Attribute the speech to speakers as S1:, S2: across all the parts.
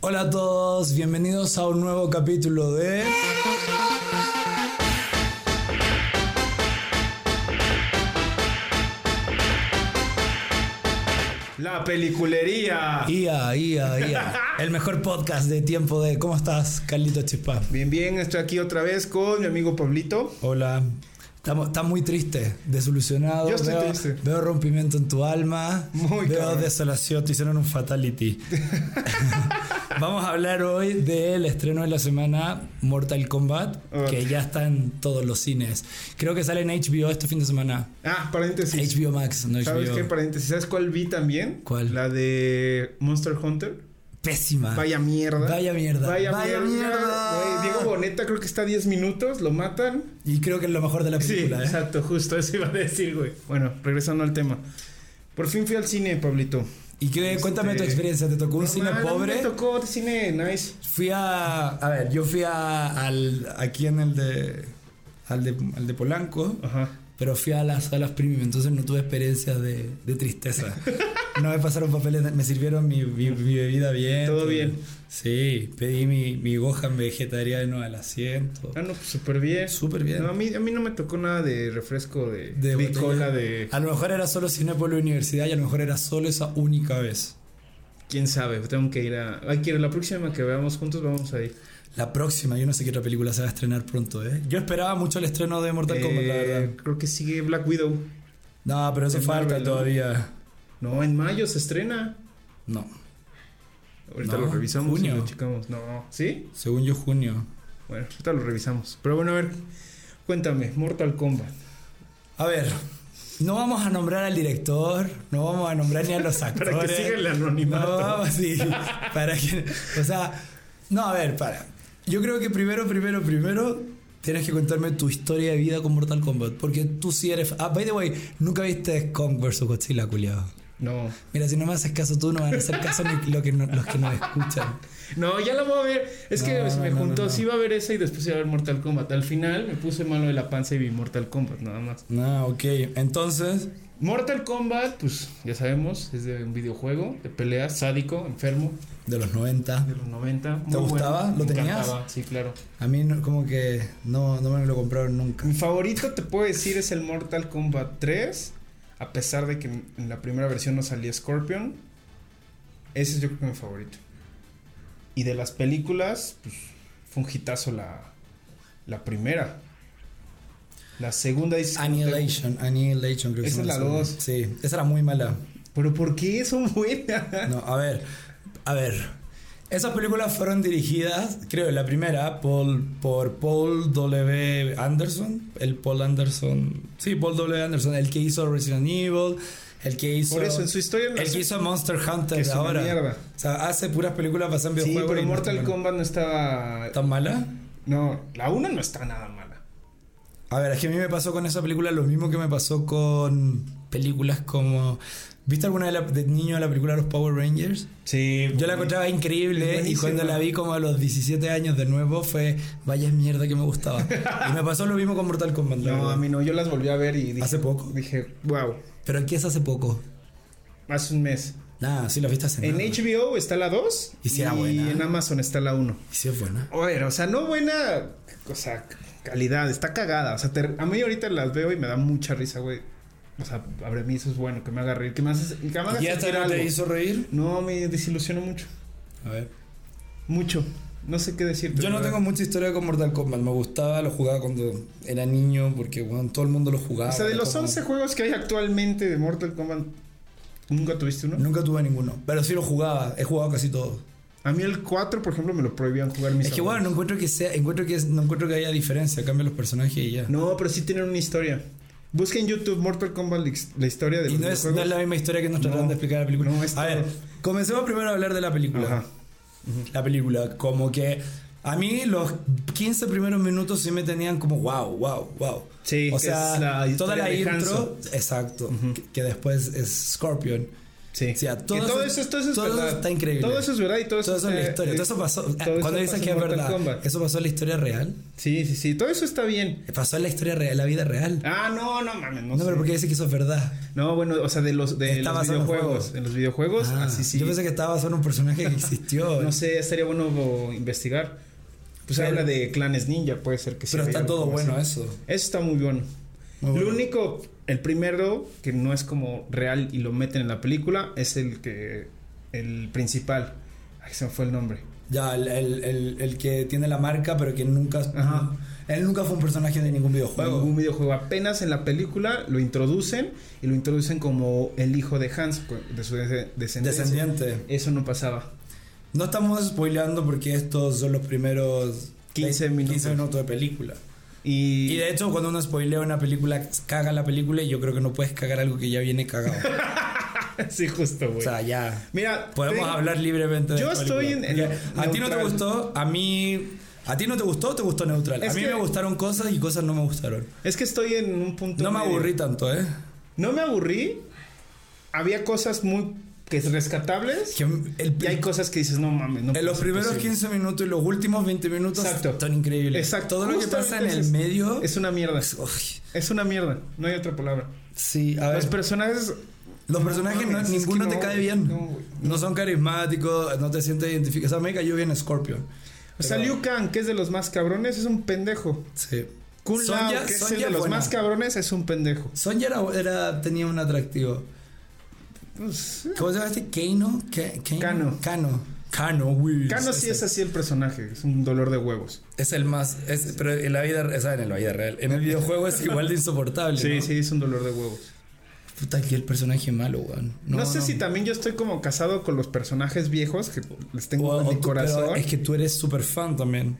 S1: Hola a todos, bienvenidos a un nuevo capítulo de...
S2: La peliculería.
S1: IA, IA, IA. El mejor podcast de tiempo de... ¿Cómo estás, Carlito Chispa?
S2: Bien, bien, estoy aquí otra vez con mi amigo Pablito.
S1: Hola. Estamos- Estás muy triste, desilusionado.
S2: Yo estoy
S1: veo,
S2: triste.
S1: Veo rompimiento en tu alma.
S2: Muy
S1: veo
S2: cabrón.
S1: desolación. Te hicieron un fatality. Vamos a hablar hoy del estreno de la semana Mortal Kombat,
S2: Ok.
S1: que ya está en todos los cines. Creo que sale en HBO este fin de semana.
S2: Ah, paréntesis.
S1: HBO Max, no
S2: ¿Sabes
S1: HBO.
S2: qué paréntesis? ¿Sabes cuál vi también?
S1: ¿Cuál?
S2: La de Monster Hunter.
S1: Pésima.
S2: Vaya mierda.
S1: Vaya mierda.
S2: Vaya,
S1: Vaya
S2: mierda.
S1: mierda.
S2: Güey, Diego Boneta creo que está 10 minutos, lo matan.
S1: Y creo que es lo mejor de la
S2: Sí,
S1: película, ¿eh?
S2: exacto, justo eso iba a decir, güey. Bueno, regresando al tema. Por fin fui al cine, Pablito.
S1: Y que, cuéntame tu
S2: Este,
S1: experiencia, ¿te tocó un cine
S2: Normal, a mí
S1: pobre?
S2: Me tocó cine nice.
S1: Fui a. A ver, yo fui a. Al, aquí en el de. Al de, al de Polanco.
S2: Ajá.
S1: Pero fui a las salas premium, entonces no tuve experiencias de, de tristeza. No me pasaron papeles, me sirvieron mi, mi- mi bebida bien.
S2: Todo bien.
S1: Sí, pedí mi, mi Gohan vegetariano al asiento.
S2: Ah, no, pues súper bien.
S1: Súper bien.
S2: No, a, mí, a mí no me tocó nada de refresco de,
S1: De
S2: de
S1: botella.
S2: cola de.
S1: A lo mejor era solo Cinepolis Universidad y a lo mejor era solo esa única vez.
S2: Quién sabe, tengo que ir a. Ay, quiero la próxima que veamos juntos, vamos a ir.
S1: La próxima, yo no sé qué otra película se va a estrenar pronto, ¿eh? Yo esperaba mucho el estreno de Mortal Kombat, la
S2: Eh,
S1: verdad.
S2: Creo que sigue Black Widow.
S1: No, pero eso
S2: de
S1: falta
S2: Marvel, ¿no?
S1: todavía.
S2: No, en mayo se estrena.
S1: No,
S2: Ahorita
S1: No,
S2: lo revisamos
S1: junio.
S2: y lo checamos. No, ¿sí?
S1: según yo junio.
S2: Bueno, ahorita lo revisamos. Pero bueno, a ver, cuéntame, Mortal Kombat.
S1: A ver, no vamos a nombrar al director, no vamos a nombrar ni a los actores.
S2: Para que siga el
S1: No,
S2: anonimato.
S1: vamos, sí, para que, o sea, no, a ver, para. Yo creo que primero, primero, primero tienes que contarme tu historia de vida con Mortal Kombat, porque tú sí eres. Ah, by the way, nunca viste Kong vs Godzilla, culiado.
S2: No.
S1: Mira, si no me haces caso tú, no van a hacer caso ni lo que no- los que nos escuchan.
S2: No, ya la voy a ver. Es que
S1: No,
S2: pues, me
S1: no, no,
S2: juntó,
S1: no.
S2: sí iba a ver esa y después iba a ver Mortal Kombat. Al final me puse malo de la panza y vi Mortal Kombat, nada más.
S1: No, ok. Entonces,
S2: Mortal Kombat, pues ya sabemos, es de un videojuego de pelea sádico, enfermo,
S1: de los 90,
S2: de los 90. muy
S1: ¿Te gustaba?
S2: bueno,
S1: ¿Lo
S2: me
S1: tenías?
S2: encantaba, Sí, claro.
S1: a mí no- como que no, no me lo compraron nunca.
S2: Mi favorito, te puedo decir, es el Mortal Kombat 3, a pesar de que en la primera versión no salía Scorpion. Ese es yo creo que mi favorito. Y de las películas, pues fue un hitazo la, la primera. La segunda dices que no te-
S1: Annihilation, Annihilation creo que
S2: Esa
S1: se
S2: es
S1: llama
S2: la dos.
S1: Sí, esa era muy mala.
S2: Pero ¿por qué son buenas?
S1: No, a ver, a ver. Esas películas fueron dirigidas, creo, la primera por, por Paul W. Anderson, el Paul Anderson, sí, Paul W. Anderson, el que hizo Resident Evil, el que hizo...
S2: Por eso, en su historia... no
S1: el que
S2: sé-
S1: hizo Monster
S2: que
S1: Hunter
S2: es una
S1: ahora.
S2: mierda.
S1: O sea, hace puras películas basadas en
S2: Sí,
S1: videojuegos.
S2: pero
S1: y no
S2: Mortal
S1: está bueno.
S2: Kombat no estaba.
S1: ¿Tan mala?
S2: No, la 1 no está nada mala.
S1: A ver, es que a mí me pasó con esa película lo mismo que me pasó con películas como... ¿Viste alguna de, la- de niño la película Los Power Rangers?
S2: Sí.
S1: Yo la encontraba increíble y
S2: Buenísima.
S1: cuando la vi como a los 17 años de nuevo fue vaya mierda que me gustaba. y me pasó lo mismo con Mortal Kombat. la
S2: No,
S1: verdad.
S2: a mí no, yo las volví a ver y dije.
S1: ¿Hace poco?
S2: Dije, wow,
S1: Pero aquí es hace poco.
S2: hace un mes.
S1: Nah, sí la viste hace
S2: En
S1: nada.
S2: HBO está la 2
S1: Ah. Y sí era buena. ¿eh?
S2: en Amazon está la 1.
S1: Y sí es buena.
S2: A ver, o sea, no buena, o sea, calidad, está cagada. O sea, te- a mí ahorita las veo y me da mucha risa, güey. O sea, a ver, a mí eso es bueno, que me haga reír, que me haces, que me haga
S1: ¿Y esta
S2: sentir
S1: no te
S2: algo.
S1: hizo reír?
S2: No, me desilusionó mucho,
S1: A ver.
S2: mucho. No sé qué decirte.
S1: Yo no
S2: la
S1: tengo
S2: verdad.
S1: mucha historia con Mortal Kombat. Me gustaba, lo jugaba cuando era niño porque bueno, todo el mundo lo jugaba.
S2: O sea, de
S1: Era
S2: los
S1: como-
S2: 11 juegos que hay actualmente de Mortal Kombat, ¿nunca tuviste uno?
S1: Nunca tuve ninguno, pero sí lo jugaba. He jugado casi todo.
S2: A mí el 4, por ejemplo, me lo prohibían jugar mis
S1: Es que bueno,
S2: abuelos.
S1: no encuentro que sea, encuentro que es- no encuentro que haya diferencia, cambian los personajes y ya.
S2: No, pero sí tienen una historia. Busca en YouTube Mortal Kombat la his- la historia de
S1: Y
S2: los
S1: no es, no
S2: videojuegos.
S1: es la misma historia que nos trataron
S2: No,
S1: de explicar la película.
S2: no, es
S1: a
S2: todo.
S1: ver, comencemos primero a hablar de la película.
S2: Ajá.
S1: La película, como que a mí los 15 primeros minutos sí me tenían como wow, wow, wow.
S2: Sí,
S1: o
S2: que
S1: sea,
S2: es la
S1: toda
S2: historia
S1: la
S2: de
S1: intro,
S2: Hanzo.
S1: exacto, que, que después es Scorpion.
S2: Sí.
S1: O sea, todo,
S2: Que todo eso- todo eso es verdad.
S1: está increíble.
S2: Todo eso es verdad y todo eso
S1: en la
S2: está-
S1: historia.
S2: eh,
S1: Todo eso pasó.
S2: todo
S1: ah,
S2: eso
S1: cuando dicen
S2: pasó
S1: que
S2: en
S1: es
S2: Mortal
S1: verdad,
S2: Kombat.
S1: eso pasó en la historia real.
S2: Sí, sí, sí. Todo eso está bien.
S1: Pasó en la historia real, en la vida real.
S2: Ah, no, no mames, no,
S1: no, pero
S2: sé.
S1: ¿por qué dicen que eso es verdad?
S2: No, bueno, o sea, de los, de
S1: Está
S2: los
S1: basado en
S2: videojuegos.
S1: juegos.
S2: En los videojuegos,
S1: Ah,
S2: Pues, así sí.
S1: Yo pensé que estaba basado en un personaje que existió.
S2: No sé, estaría bueno bo- investigar. Pues
S1: Pero-
S2: habla de clanes ninja, puede ser que sí.
S1: pero
S2: haya
S1: está
S2: algo
S1: todo
S2: así.
S1: bueno ¿eh? eso.
S2: Eso está muy bueno.
S1: Muy bueno.
S2: Lo único, el primero que no es como real y lo meten en la película es el que. El principal. Ay, se me fue el nombre.
S1: Ya, el, el- el- el que tiene la marca, pero que nunca.
S2: Ajá.
S1: Él nunca fue un personaje de ningún videojuego.
S2: Ningún videojuego. Apenas en la película lo introducen y lo introducen como el hijo de Hans, cu- de su de- descendencia.
S1: Descendiente.
S2: Eso no pasaba.
S1: No estamos spoileando porque estos son los primeros
S2: 15
S1: de-
S2: minutos.
S1: de película.
S2: Y,
S1: Y de hecho, cuando uno spoilea una película, caga la película y yo creo que no puedes cagar algo que ya viene cagado.
S2: sí, justo, güey.
S1: o sea, ya.
S2: Mira,
S1: Podemos
S2: te-
S1: hablar libremente de
S2: Yo
S1: la película.
S2: estoy en- en
S1: Porque A ti no te
S2: neutral.
S1: gustó, a mí. A ti no te gustó, te gustó neutral.
S2: Es
S1: a mí
S2: que-
S1: me gustaron cosas y cosas no me gustaron.
S2: Es que estoy en un punto.
S1: No me
S2: medio.
S1: aburrí tanto, ¿eh?
S2: No me aburrí. Había cosas muy que rescatables.
S1: Que el-
S2: Y hay cosas que dices, no mames,
S1: En
S2: no
S1: los
S2: puede ser
S1: primeros
S2: posible.
S1: 15 minutos y los últimos 20 minutos
S2: Exacto.
S1: son increíbles.
S2: Exacto.
S1: Todo lo que
S2: Justamente
S1: pasa en el
S2: dices,
S1: medio.
S2: Es una mierda.
S1: Uy,
S2: Es una mierda. No hay otra palabra.
S1: sí, a ver.
S2: Los
S1: Los,
S2: personajes.
S1: personajes, no-
S2: mames, es
S1: ninguno
S2: que
S1: te
S2: no,
S1: cae bien.
S2: no,
S1: No,
S2: güey.
S1: son carismáticos, no te sientes identificado. O sea, me cayó bien Scorpion.
S2: O sea,
S1: Pero-
S2: Liu Kang, que es de los más cabrones, es un pendejo.
S1: Sí.
S2: Kun Lao,
S1: Sonya-
S2: que es
S1: Sonya
S2: el de los
S1: buena.
S2: más cabrones, es un pendejo.
S1: Sonya era, era- tenía un atractivo.
S2: Pues,
S1: ¿Cómo se llama este? Kano. Ke- Kano.
S2: Kano.
S1: Cano. Cano, güey.
S2: Kano sí es así el personaje. Es un dolor de huevos.
S1: Es el más. es- pero en la vida. O sea, en la vida real. En el videojuego es igual de insoportable.
S2: Sí,
S1: ¿no?
S2: sí, es un dolor de huevos.
S1: Puta, que el personaje malo, weón.
S2: No, sé si también yo estoy como casado con los personajes viejos que les tengo
S1: O-
S2: en
S1: o
S2: mi
S1: tú- pero
S2: corazón.
S1: Es que tú eres súper fan también.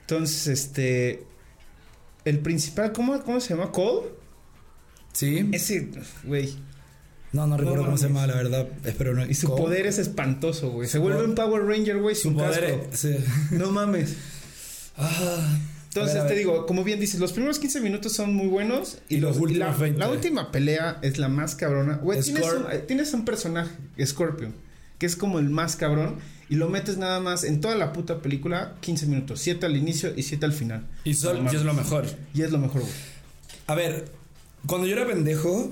S2: Entonces, este. El principal, ¿cómo, cómo se llama? ¿Cole?
S1: ¿Sí?
S2: Ese, güey.
S1: No, no recuerdo cómo
S2: mames.
S1: se llama, la verdad. Espero no.
S2: Y su
S1: ¿Cómo?
S2: poder es espantoso, güey. Se
S1: Su
S2: vuelve
S1: po-
S2: un Power Ranger, güey,
S1: Su
S2: sin
S1: poder
S2: casco.
S1: es- sí.
S2: No mames.
S1: Ah.
S2: Entonces,
S1: A ver, a
S2: te
S1: ver.
S2: digo, como bien dices, los primeros 15 minutos son muy buenos. Y,
S1: Y los
S2: y
S1: últimos
S2: la,
S1: 20.
S2: la última pelea es la más cabrona. Güey, tienes
S1: Scorp-
S2: un, eh, tienes un personaje, Scorpion, que es como el más cabrón. Y lo metes nada más en toda la puta película 15 minutos. 7 al inicio y 7 al final.
S1: Y Sol
S2: No
S1: y es lo
S2: mames.
S1: mejor.
S2: Y es lo mejor, güey.
S1: A ver, cuando yo era pendejo,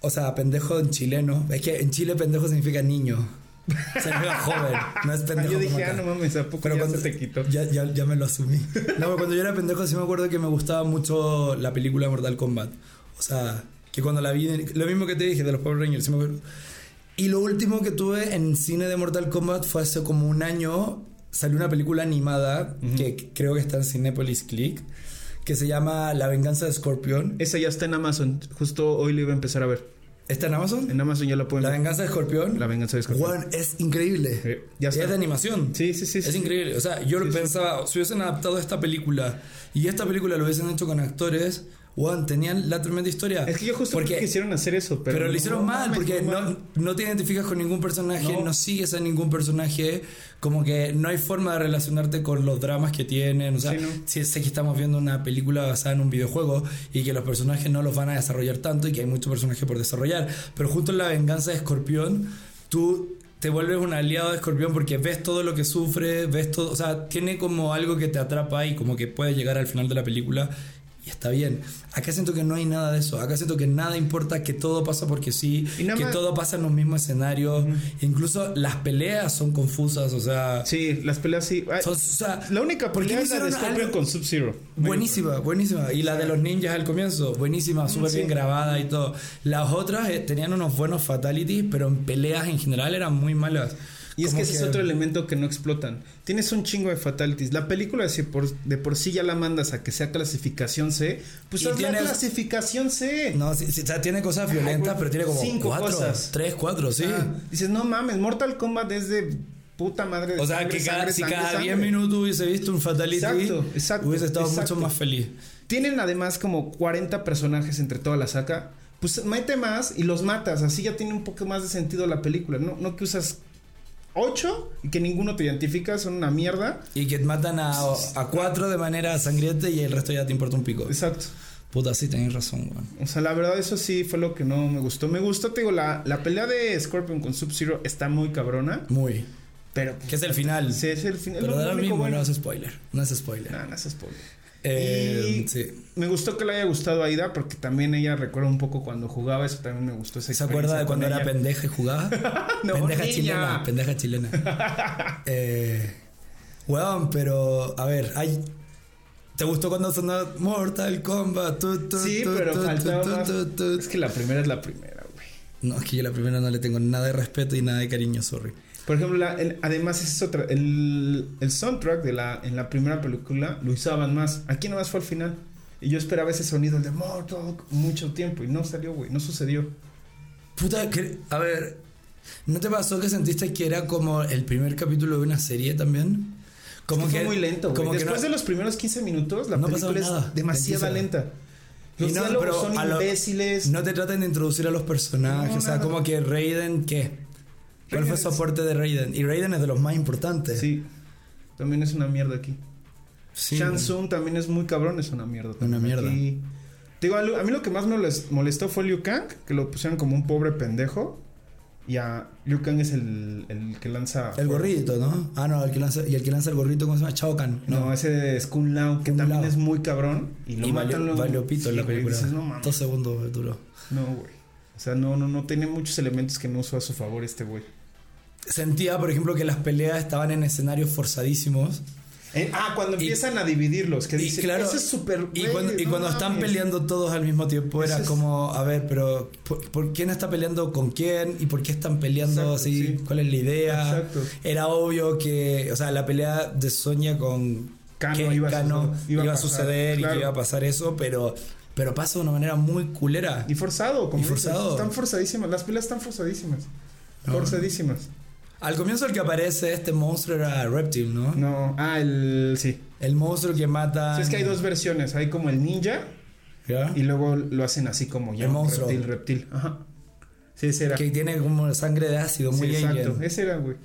S1: o sea, pendejo en chileno, es que en Chile pendejo significa niño. Significa joven, no es
S2: Ah,
S1: pendejo. como
S2: Yo dije, ah,
S1: acá.
S2: no mames, ¿a poco
S1: Pero
S2: ya
S1: cuando
S2: se te quitó?
S1: Ya, ya, ya me lo asumí. No, pero cuando yo era pendejo sí me acuerdo que me gustaba mucho la película Mortal Kombat. O sea, que cuando la vi, lo mismo que te dije de los Power Rangers, sí me acuerdo. Y lo último que tuve en cine de Mortal Kombat fue hace como un año, salió una película animada que creo que está en Cinepolis Click, que se llama La venganza de Scorpion.
S2: Esa ya está en Amazon. Justo hoy lo iba a empezar a ver.
S1: ¿Está en Amazon?
S2: En Amazon ya la pueden
S1: La
S2: ver.
S1: venganza de Escorpión.
S2: La venganza de Scorpion.
S1: Weón, es increíble.
S2: Sí, ya está.
S1: Es de animación.
S2: Sí, sí, sí,
S1: Es
S2: sí.
S1: increíble. O sea, yo lo pensaba, si hubiesen adaptado esta película y esta película lo hubiesen hecho con actores, weón, tenían la tremenda historia.
S2: Es que yo justo
S1: porque
S2: porque quisieron hacer eso, pero.
S1: pero, lo hicieron
S2: no
S1: mal,
S2: mames,
S1: porque
S2: no
S1: no,
S2: mames.
S1: no te identificas con ningún personaje,
S2: No.
S1: no. sigues a ningún personaje, como que no hay forma de relacionarte con los dramas que tienen, o sea,
S2: Sí, ¿no?
S1: sí, sé que estamos viendo una película basada en un videojuego y que los personajes no los van a desarrollar tanto y que hay mucho personaje por desarrollar, pero justo en la venganza de Escorpión, tú te vuelves un aliado de Escorpión porque ves todo lo que sufre, ves todo, o sea, tiene como algo que te atrapa y como que puede llegar al final de la película y está bien. Acá siento que no hay nada de eso. Acá siento que nada importa, que todo pasa porque sí,
S2: Y nada
S1: que
S2: más-
S1: todo pasa en los mismos escenarios. Incluso las peleas son confusas, o sea.
S2: Sí, las peleas sí. Ay,
S1: son- o sea,
S2: la única
S1: ¿por qué
S2: pelea
S1: no
S2: es la de
S1: hicieron
S2: Scorpion
S1: algo?
S2: con Sub-Zero.
S1: Buenísima, buenísima. Y la de los ninjas al comienzo,
S2: Ah,
S1: buenísima, súper bien grabada y todo. Las otras eh, tenían unos buenos fatalities, pero en peleas en general eran muy malas.
S2: Y es
S1: Como
S2: que ese es otro elemento que no explotan. Tienes un chingo de fatalities. La película, si por, de por sí ya la mandas a que sea clasificación C, pues
S1: Y
S2: es la
S1: tienes-
S2: clasificación C.
S1: No, sí, sí, o sea, tiene cosas
S2: Ah,
S1: violentas,
S2: güey,
S1: pero tiene como
S2: cinco
S1: cuatro,
S2: cosas.
S1: tres, cuatro, sí.
S2: Ah, dices, no mames, Mortal Kombat es de puta madre. de
S1: O sea,
S2: sangre,
S1: que cada,
S2: sangre,
S1: si
S2: sangre,
S1: cada 10
S2: sangre.
S1: minutos hubiese visto un fatality,
S2: Exacto, exacto,
S1: hubiese estado
S2: exacto.
S1: mucho más feliz.
S2: Tienen además como 40 personajes entre toda la saca. Pues mete más y los matas. Así ya tiene un poco más de sentido la película. No, no que usas 8 y que ninguno te identifica, son una mierda.
S1: Y que matan a, a cuatro de manera sangrienta y el resto ya te importa un pico.
S2: Exacto.
S1: Puta, sí, tenés razón, weón.
S2: O sea, la verdad, eso sí fue lo que no me gustó. Me gustó, te digo, la, la pelea de Scorpion con Sub-Zero está muy cabrona,
S1: Muy.
S2: pero.
S1: Que es el final.
S2: Sí, es el final.
S1: Pero
S2: lo
S1: da lo
S2: único
S1: mismo,
S2: bueno. Ah.
S1: no es spoiler. No es spoiler.
S2: Nah, no es spoiler.
S1: Eh,
S2: Y-
S1: sí.
S2: Me gustó que le haya gustado a Aida porque también ella recuerda un poco cuando jugaba, eso también me gustó. Esa
S1: ¿Se acuerda
S2: experiencia
S1: de
S2: con
S1: cuando era
S2: ella. Ah,
S1: pendeja y jugaba?
S2: No,
S1: pendeja
S2: niña.
S1: chilena, pendeja chilena. eh, weón, pero a ver, hay, ¿te gustó cuando sonó Mortal Kombat? Tu, tu,
S2: Sí,
S1: tu,
S2: pero
S1: tu, tu,
S2: faltaba
S1: tu,
S2: más.
S1: tu, tu.
S2: Es que la primera es la primera, güey.
S1: No, es que yo la primera no le tengo nada de respeto y nada de cariño, sorry.
S2: Por ejemplo, la- el- además esa es otra. El, el soundtrack de la, en la primera película lo usaban más. Aquí nomás fue al final. Y yo esperaba ese sonido, el de Mortal, mucho tiempo. Y no salió, güey. No sucedió.
S1: Puta, que- a ver, ¿no te pasó que sentiste que era como el primer capítulo de una serie también?
S2: Como
S1: Como
S2: que, fue muy lento, güey.
S1: como que
S2: Después
S1: no-
S2: de los primeros 15 minutos, la
S1: No pasaba
S2: película
S1: nada.
S2: es demasiado
S1: Lentísima.
S2: lenta. Los
S1: Y no,
S2: diálogos
S1: pero a
S2: son
S1: lo-
S2: imbéciles.
S1: No te traten de introducir a los personajes.
S2: No,
S1: o sea,
S2: nada.
S1: como que Raiden, ¿qué? ¿Cuál
S2: Raiden
S1: fue
S2: es-
S1: su aporte de Raiden? Y Raiden es de los más importantes.
S2: Sí. También es una mierda aquí.
S1: Sí,
S2: Shang
S1: güey.
S2: Tsung también es muy cabrón, es una mierda. también
S1: mierda.
S2: aquí. Te digo, a Lu- a mí lo que más me les- molestó fue Liu Kang, que lo pusieron como un pobre pendejo. Y a Liu Kang es el, el que lanza.
S1: El
S2: fuego.
S1: gorrito, ¿no? Ah, no, el que lanza, y el que lanza el gorrito, ¿cómo se llama? Chao Kahn.
S2: No, ese es Kun Lao, que
S1: Kung
S2: también
S1: Lao.
S2: es muy cabrón. Y lo
S1: y
S2: matan
S1: valió,
S2: luego.
S1: valió pito
S2: Sí,
S1: la
S2: güey,
S1: película.
S2: dices, no mames.
S1: Dos segundos duró.
S2: No, güey. O sea, no, no, no. Tiene muchos elementos que no usó a su favor este güey.
S1: Sentía, por ejemplo, que las peleas estaban en escenarios forzadísimos.
S2: Eh, ah, cuando
S1: Y-
S2: empiezan a dividirlos, que
S1: Y
S2: dicen,
S1: claro,
S2: "Eso es súper.
S1: Y
S2: güey,
S1: cuando, y
S2: no
S1: cuando están
S2: mames".
S1: peleando todos al mismo tiempo, era
S2: Eso es-
S1: como, a ver, pero ¿por, por quién está peleando con quién? ¿Y por qué están peleando
S2: Exacto,
S1: así?
S2: sí.
S1: ¿Cuál es la idea?
S2: Exacto.
S1: Era obvio que, o sea, la pelea de Sonia con
S2: Cano
S1: que
S2: iba a
S1: Cano
S2: suceder,
S1: iba,
S2: iba a
S1: a
S2: pasar,
S1: suceder y
S2: claro.
S1: que iba a pasar eso, pero, pero pasa de una manera muy culera.
S2: Y forzado, como
S1: Y
S2: dices,
S1: forzado.
S2: están forzadísimas, las pilas están forzadísimas.
S1: No.
S2: Forzadísimas.
S1: Al comienzo el que aparece este monstruo era Reptil, ¿no?
S2: No, ah, el sí.
S1: El monstruo que mata...
S2: Sí, es que hay dos versiones, hay como el ninja
S1: ¿Ya?
S2: y luego lo hacen así como ya
S1: El
S2: un
S1: monstruo.
S2: reptil, reptil. Ajá. Sí, ese era.
S1: Que tiene como sangre de ácido,
S2: Sí,
S1: muy
S2: exacto,
S1: alien.
S2: ese era, güey.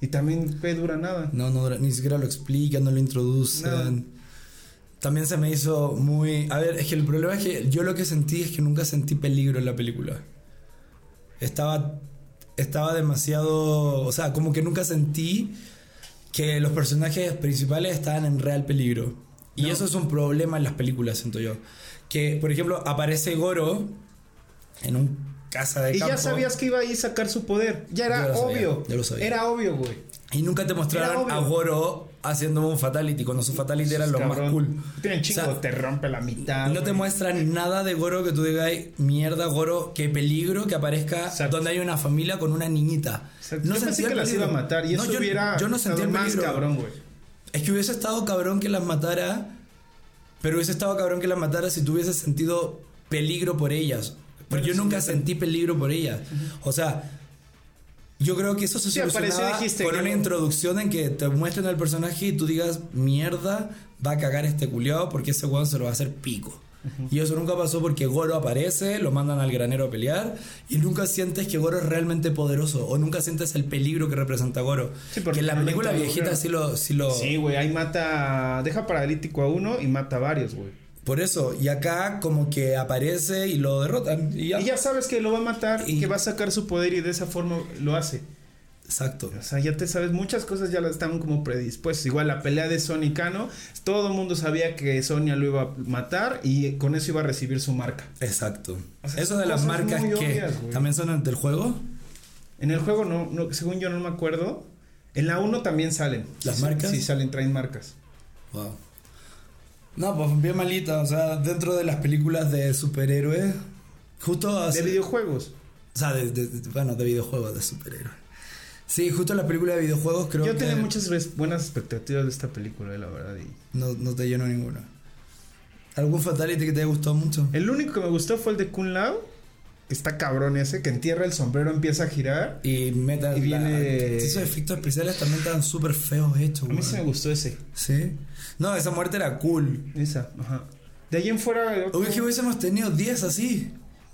S2: Y también que dura nada.
S1: No, no, ni siquiera lo explican, no lo introducen.
S2: Nada.
S1: También se me hizo muy... A ver, es que el problema es que yo lo que sentí es que nunca sentí peligro en la película. Estaba, estaba demasiado... O sea, como que nunca sentí que los personajes principales estaban en real peligro. Y eso es un problema en las películas, siento yo. Que, por ejemplo, aparece Goro en un casa de
S2: Y
S1: campo.
S2: ya sabías que iba ahí a sacar su poder.
S1: Yo
S2: Ya era
S1: lo sabía,
S2: obvio.
S1: yo lo sabía.
S2: Era obvio, güey.
S1: Y nunca te mostraron
S2: obvio.
S1: a Goro haciendo un fatality, cuando su fatality era lo más
S2: Cabrón.
S1: cool.
S2: Tienen chingo,
S1: O sea,
S2: te rompe la mitad.
S1: No te
S2: güey.
S1: muestran nada de Goro que tú digas, "Ay, mierda, Goro, qué peligro que aparezca
S2: Exacto.
S1: donde hay una familia con una niñita.
S2: Exacto. yo pensé
S1: sentía
S2: que
S1: el
S2: las iba a
S1: peligro.
S2: matar y
S1: No,
S2: eso
S1: yo-
S2: hubiera
S1: Yo no sentía
S2: estado
S1: el
S2: más
S1: peligro.
S2: cabrón, güey.
S1: Es que hubiese estado cabrón que las matara, pero hubiese estado cabrón que las matara si tuviese sentido peligro por ellas. Pero yo nunca sentí peligro por ellas. O sea, yo creo que eso se
S2: Sí, apareció,
S1: solucionaba
S2: dijiste,
S1: con
S2: que
S1: una
S2: no.
S1: introducción en que te muestren al personaje y tú digas, mierda, va a cagar este culiado porque ese weón se lo va a hacer pico. Y eso nunca pasó porque Goro aparece, lo mandan al granero a pelear y nunca sientes que Goro es realmente poderoso o nunca sientes el peligro que representa Goro.
S2: Sí, porque
S1: que en la
S2: no lo
S1: película viejita
S2: introdujeron.
S1: sí lo... Sí lo
S2: Sí, güey, ahí mata. Deja paralítico a uno y mata a varios, güey.
S1: Por eso, y acá como que aparece y lo derrotan. Y ya.
S2: Y ya sabes que lo va a matar y
S1: Y-
S2: que va a sacar su poder y de esa forma lo hace.
S1: Exacto.
S2: O sea, ya te sabes, muchas cosas ya las están como predispuestas. Igual la pelea de Sony y Kano, todo el mundo sabía que Sonia lo iba a matar y con eso iba a recibir su marca.
S1: Exacto.
S2: O sea,
S1: eso
S2: son
S1: de las
S2: cosas
S1: marcas
S2: muy
S1: que
S2: obvias, güey.
S1: también son del juego.
S2: En el juego no, no según yo no me acuerdo. En la 1 también salen.
S1: ¿Las
S2: Sí,
S1: marcas?
S2: Sí, salen, traen marcas.
S1: Wow. No, pues bien malita. O sea, dentro de las películas de superhéroes, justo hace-
S2: De videojuegos.
S1: O sea, de, de- de- bueno, de videojuegos de superhéroes. Sí, justo las películas de videojuegos creo
S2: Yo
S1: que
S2: tenía muchas res- buenas expectativas de esta película, eh, la verdad. y-
S1: no, no te lleno ninguna. ¿Algún fatality que te haya gustado mucho?
S2: El único que me gustó fue el de Kun Lao. que Está cabrón ese, que entierra el sombrero, empieza a girar.
S1: Y meta
S2: Eh, Y
S1: la-
S2: viene-
S1: Esos efectos especiales también están súper feos hechos,
S2: A mí
S1: güey.
S2: sí me gustó ese.
S1: Sí. No, esa muerte era cool.
S2: Esa, ajá. De ahí en fuera. el otro-
S1: Obvio que hubiésemos tenido 10 así.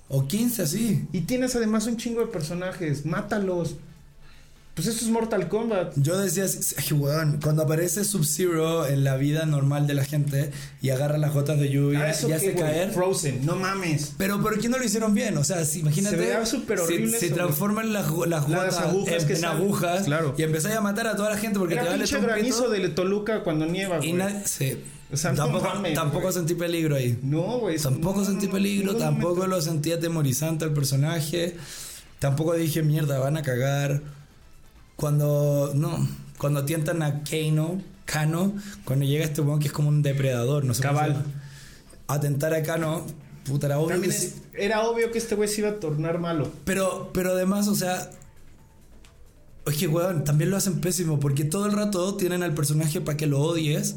S1: O 15 así.
S2: Y tienes además un chingo de personajes. Mátalos. Pues esto es Mortal Kombat.
S1: Yo decía, "Ay, weón, cuando aparece Sub-Zero en la vida normal de la gente y agarra las gotas de lluvia
S2: Ah, eso
S1: y
S2: que,
S1: hace
S2: güey,
S1: caer.
S2: Frozen, no mames.
S1: Pero ¿por qué no lo hicieron bien? O sea, si, imagínate.
S2: Se veía súper
S1: si-
S2: horrible
S1: Si,
S2: eso,
S1: transforman las, go- las
S2: Las
S1: gotas
S2: agujas
S1: en,
S2: que
S1: en
S2: salen.
S1: agujas
S2: Claro.
S1: y empezáis a matar a toda la gente porque te
S2: Era
S1: vale
S2: pinche
S1: un pito
S2: granizo de Toluca cuando nieva,
S1: y
S2: güey.
S1: na- sí.
S2: O sea, no
S1: tampoco,
S2: mames,
S1: tampoco
S2: güey.
S1: sentí peligro ahí.
S2: No, güey. es-
S1: Tampoco
S2: no,
S1: sentí
S2: no,
S1: peligro,
S2: ningún
S1: tampoco
S2: momento.
S1: lo sentí atemorizante al personaje. Tampoco dije, mierda, van a cagar. Cuando, no, cuando tientan a Kano, Kano, cuando llega este weón que es como un depredador, no sé cómo se
S2: Cabal.
S1: llama. Atentar a Kano, puta, era obvio
S2: También
S1: que
S2: es-
S1: sí.
S2: era obvio que este güey se iba a tornar malo.
S1: Pero, pero además, o sea. Es que, weón, también lo hacen pésimo porque todo el rato tienen al personaje para que lo odies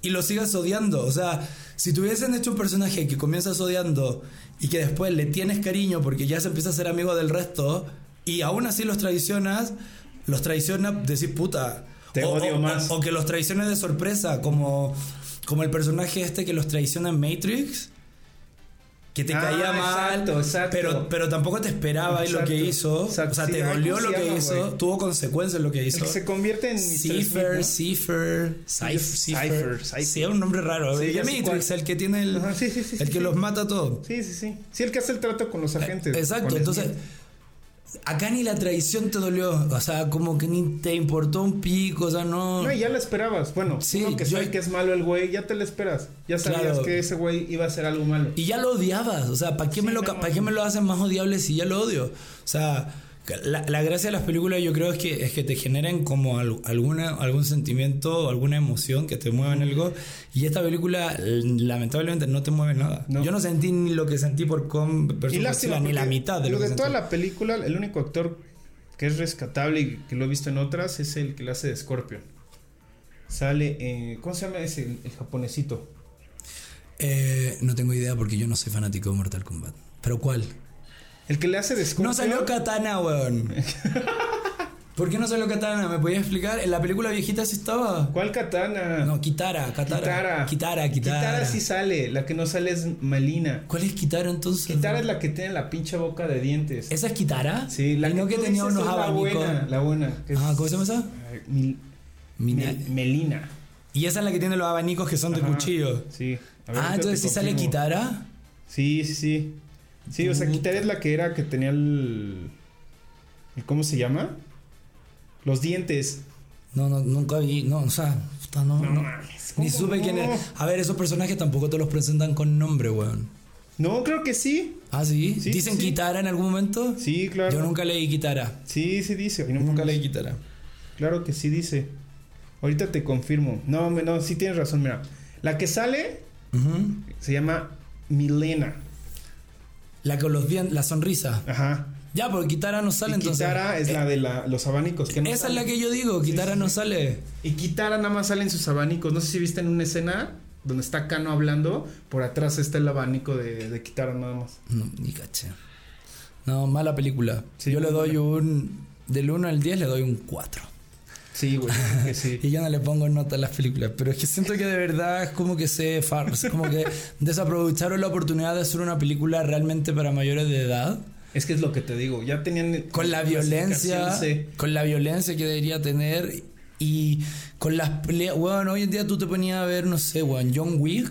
S1: y lo sigas odiando. O sea, si tuviesen hecho un personaje que comienzas odiando y que después le tienes cariño porque ya se empieza a ser amigo del resto y aún así los traicionas, los traicionas, decís puta.
S2: Te
S1: o,
S2: odio
S1: o-
S2: más.
S1: O, que los traiciones de sorpresa, como, como el personaje este que los traiciona en Matrix. Que te
S2: Ah,
S1: caía mal,
S2: exacto, exacto.
S1: pero pero tampoco te esperaba y lo
S2: Exacto,
S1: que hizo.
S2: exacto.
S1: O sea,
S2: Sí,
S1: te
S2: ay,
S1: dolió
S2: ¿cómo
S1: lo
S2: se
S1: que
S2: llama,
S1: hizo,
S2: güey?
S1: tuvo consecuencias lo que
S2: El
S1: hizo.
S2: que se convierte en Mr.
S1: Cipher,
S2: Smith,
S1: Cipher, Cipher,
S2: Cypher,
S1: Cipher.
S2: Cypher.
S1: Sí, es un nombre raro.
S2: Sí,
S1: Y
S2: ya sé
S1: Matrix,
S2: cuál.
S1: el que tiene el,
S2: ¿no? Ajá, sí, sí, sí,
S1: el
S2: sí,
S1: que
S2: sí.
S1: los mata a todos. Eh,
S2: Sí, sí, sí. Sí, el que hace el trato con los agentes.
S1: Exacto,
S2: con
S1: entonces
S2: Smith.
S1: acá ni la traición te dolió, o sea, como que ni te importó un pico, o sea, no.
S2: No, y ya la esperabas. Bueno,
S1: Sí,
S2: uno que
S1: yo-
S2: sabe que es malo el güey, ya te la esperas. Ya sabías
S1: Claro.
S2: que ese güey iba a hacer algo malo.
S1: Y ya lo odiabas, o sea, ¿para qué,
S2: Sí,
S1: me, lo,
S2: no,
S1: ca-
S2: no,
S1: ¿para qué me lo hacen más odiable si ya lo odio? O sea, la, la gracia de las películas yo creo es que, es que te generen como al- alguna, algún sentimiento o alguna emoción que te muevan algo. Y esta película l- lamentablemente no te mueve nada.
S2: No.
S1: Yo no sentí ni lo que sentí por con
S2: Y lástima,
S1: ni la
S2: porque
S1: mitad de lo, que
S2: de toda
S1: sentí.
S2: la película, el único actor que es rescatable y que lo he visto en otras es el que le hace de Scorpion. Sale, eh, ¿cómo se llama ese? El, el japonesito.
S1: Eh, no tengo idea porque yo no soy fanático de Mortal Kombat. ¿Pero cuál?
S2: El que le hace de Scorpion.
S1: No salió Katana, weón. ¿Por qué no salió Katana? ¿Me podías explicar? En la película viejita sí estaba.
S2: ¿Cuál katana?
S1: No, Kitara, Katara.
S2: Kitara.
S1: Kitara, Kitara.
S2: Kitara sí sale, la que no sale es Malina.
S1: ¿Cuál es Kitara entonces?
S2: Kitara es la que tiene la pinche boca de dientes.
S1: ¿Esa es Kitara?
S2: Sí, la
S1: Y no que
S2: tú
S1: tenía
S2: dices
S1: unos
S2: es la
S1: abanicos.
S2: buena, la buena. que es-
S1: Ah, ¿cómo se llama esa?
S2: Ay, Mil-
S1: Mina-
S2: Mel- Melina.
S1: Y esa es la que tiene los abanicos que son de
S2: Ajá,
S1: cuchillo.
S2: Sí. A ver,
S1: Ah,
S2: ahorita
S1: entonces
S2: te
S1: sí sale
S2: confirmo.
S1: Kitara.
S2: Sí, sí, sí. Sí, o sea,
S1: Puta.
S2: Kitara es la que era que tenía el. el- ¿Cómo se llama? Los dientes.
S1: No, no, nunca vi. No, o sea, puta, no, no.
S2: mames.
S1: Ni
S2: ¿cómo
S1: supe
S2: no?
S1: quién era. A ver, esos personajes tampoco te los presentan con nombre, weón.
S2: No, creo que sí.
S1: Ah, sí.
S2: Sí,
S1: ¿Dicen
S2: sí.
S1: Kitara en algún momento?
S2: Sí, claro.
S1: Yo nunca leí Kitara.
S2: Sí, sí dice. Ay, no
S1: Nunca
S2: mames.
S1: leí Kitara.
S2: Claro que sí dice. Ahorita te confirmo. No, me- no, sí tienes razón, mira. La que sale
S1: Ujú.
S2: se llama Milena.
S1: La con los bien, la sonrisa.
S2: Ajá.
S1: Ya, porque Kitara no sale
S2: Y
S1: entonces.
S2: Kitara es la de la- los abanicos. Que no
S1: Esa es
S2: sale.
S1: la que yo digo, Kitara no sale.
S2: Y Kitara nada más salen sus abanicos. No sé si viste en una escena donde está Kano hablando. Por atrás está el abanico de, de Kitara nada más.
S1: No, ni caché. No, mala película.
S2: Sí,
S1: yo le
S2: muy
S1: doy un. Del 1 al 10 le doy un 4.
S2: Sí, güey. que sí.
S1: Y yo no le pongo nota a las películas. Pero es que siento que de verdad es como que se. far- es como que desaprovecharon la oportunidad de hacer una película realmente para mayores de edad.
S2: Es que es lo que te digo. Ya tenían.
S1: Con la violencia.
S2: clasificación
S1: Con la violencia que debería tener. Y con las peleas. Bueno, hoy en día tú te ponías a ver, no sé, weón, John Wick.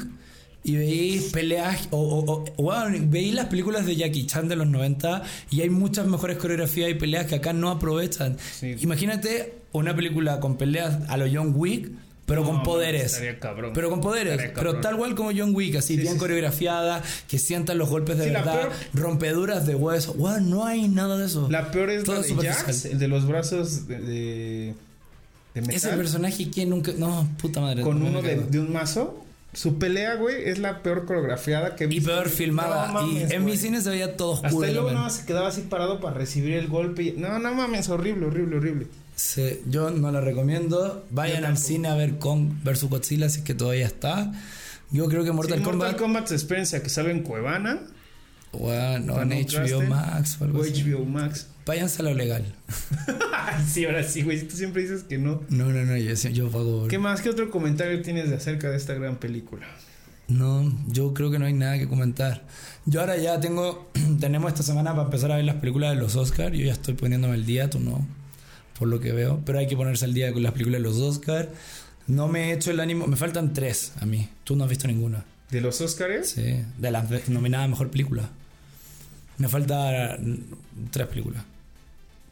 S1: Y veis peleas, o, o, o- weón, veis las películas de Jackie Chan de los 90 y hay muchas mejores coreografías y peleas que acá no aprovechan.
S2: Sí.
S1: Imagínate una película con peleas a lo John Wick, pero
S2: No,
S1: con
S2: bueno,
S1: poderes.
S2: estaría cabrón.
S1: Pero con poderes,
S2: Estaría
S1: pero
S2: cabrón.
S1: tal cual como John Wick, así
S2: Sí,
S1: bien
S2: sí, sí.
S1: coreografiada, que sientan los golpes de
S2: Sí, la
S1: verdad, rompeduras de hueso. Weón, no hay nada de eso.
S2: C. La peor es
S1: Todo
S2: la de
S1: superficial.
S2: Jax, el de los brazos de, de, de metal.
S1: Ese personaje que nunca. No, puta madre.
S2: con
S1: no me
S2: uno de,
S1: cago.
S2: de un mazo. Su pelea, güey, es la peor coreografiada que he
S1: Y
S2: visto.
S1: peor filmada.
S2: No mames,
S1: y en mi
S2: güey.
S1: cine se veía todo oscuro.
S2: Hasta el uno
S1: también.
S2: se quedaba así parado para recibir el golpe. y- No, no mames, horrible, horrible, horrible.
S1: Sí, yo no la recomiendo. Vayan
S2: Yo
S1: al
S2: tampoco.
S1: cine a ver Kong vs Godzilla si es que todavía está. Yo creo que Mortal
S2: Sí, Mortal
S1: Kombat.
S2: Kombat se espérense a que salga en Cuevana
S1: Bueno,
S2: Para
S1: en
S2: no
S1: HBO
S2: entraste.
S1: Max o
S2: o
S1: algo así.
S2: HBO Max.
S1: Váyanse a lo legal.
S2: Ay, sí, ahora sí, güey. Tú siempre dices que no.
S1: No, no, no, yo, yo pago. por-
S2: ¿Qué más? ¿Qué otro comentario tienes de acerca de esta gran película?
S1: No, yo creo que no hay nada que comentar. Yo ahora ya tengo, tenemos esta semana para empezar a ver las películas de los Oscars. Yo ya estoy poniéndome el día, tú no. por lo que veo. Pero hay que ponerse al día con las películas de los Oscar. No me he hecho el ánimo. Me faltan tres a mí. Tú no has visto ninguna.
S2: ¿De los Oscars?
S1: Sí. De las ve- nominadas a mejor película. Me faltan tres películas.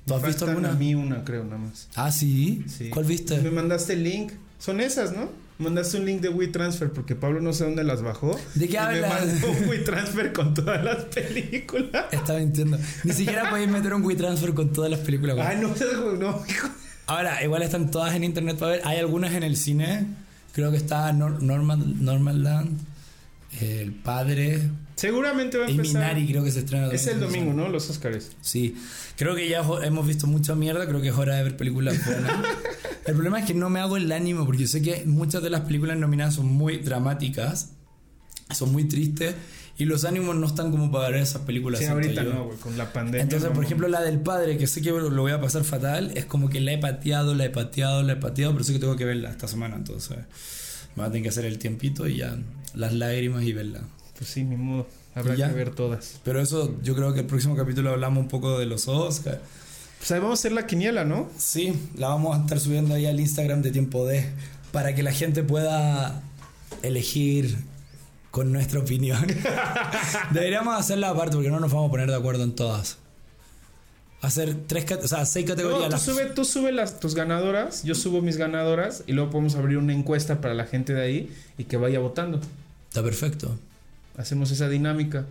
S1: ¿Tú has visto
S2: Faltan
S1: alguna?
S2: A mí una, creo, nada más.
S1: Ah, sí.
S2: Sí.
S1: ¿Cuál viste?
S2: Me mandaste el link. Son esas, ¿no? Mandaste un link de WeTransfer porque Pablo no sé dónde las bajó.
S1: ¿De
S2: Y
S1: qué
S2: me
S1: hablas?
S2: mandó un WeTransfer con todas las películas.
S1: Está mintiendo. Ni siquiera podéis meter un WeTransfer con todas las películas. güey.
S2: Ay, Ah, no, no, hijo.
S1: Ahora, igual están todas en internet para ver. Hay algunas en el cine. Creo que está Nor- Normal, Normal Land, El Padre,
S2: Seguramente va a
S1: y
S2: empezar.
S1: Minari creo que se estrena.
S2: Es el
S1: también.
S2: domingo, ¿no? Los Oscars.
S1: Sí. Creo que ya jo- hemos visto mucha mierda. Creo que es hora de ver películas buenas. el problema es que no me hago el ánimo porque sé que muchas de las películas nominadas son muy dramáticas, son muy tristes y los ánimos no están como para ver esas películas.
S2: Sí,
S1: siento
S2: ahorita
S1: yo.
S2: no, güey, con la pandemia.
S1: Entonces,
S2: no,
S1: por
S2: no.
S1: ejemplo, la del padre, que sé que lo voy a pasar fatal, es como que la he pateado, la he pateado, la he pateado, pero sé que tengo que verla esta semana, entonces me va a tener que hacer el tiempito y ya las lágrimas y verla.
S2: Pues sí, ni modo. Habrá
S1: ¿Y ya?
S2: que ver todas.
S1: Pero eso, yo creo que el próximo capítulo hablamos un poco de los Oscars.
S2: Pues ahí vamos a hacer la quiniela, ¿no?
S1: Sí, la vamos a estar subiendo ahí al Instagram de Tiempo D para que la gente pueda elegir con nuestra opinión. Deberíamos hacerla aparte porque no nos vamos a poner de acuerdo en todas. Hacer tres, cate- o sea, seis categorías.
S2: No, tú
S1: las-
S2: sube, tú sube las, tus ganadoras, yo subo mis ganadoras y luego podemos abrir una encuesta para la gente de ahí y que vaya votando.
S1: Está perfecto.
S2: Hacemos esa dinámica.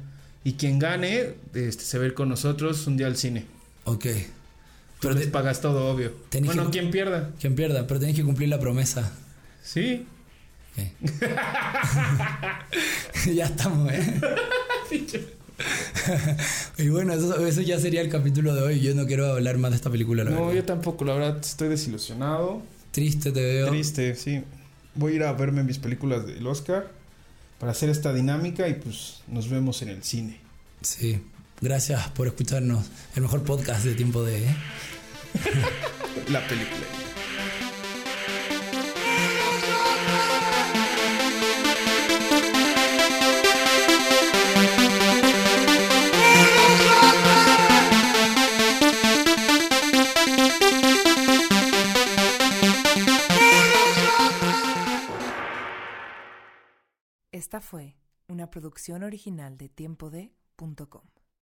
S2: Y quien gane, este, se va a ir con nosotros un día al cine.
S1: Ok.
S2: Pero
S1: Pero
S2: les
S1: te-
S2: pagas todo, obvio.
S1: tenés
S2: Bueno,
S1: que-
S2: quien pierda.
S1: quien pierda, pero tenés que cumplir la promesa.
S2: Sí.
S1: Ok. ya estamos, ¿eh? y bueno, eso, eso ya sería el capítulo de hoy. Yo no quiero hablar más de esta película, la
S2: No,
S1: verdad.
S2: yo tampoco, la verdad, estoy desilusionado.
S1: Triste te veo.
S2: Triste, sí. Voy a ir a verme mis películas del Oscar para hacer esta dinámica y pues nos vemos en el cine.
S1: Sí. Gracias por escucharnos. El mejor podcast de tiempo de... ¿eh?
S2: La película.
S3: Esta fue una producción original de tiempode.com.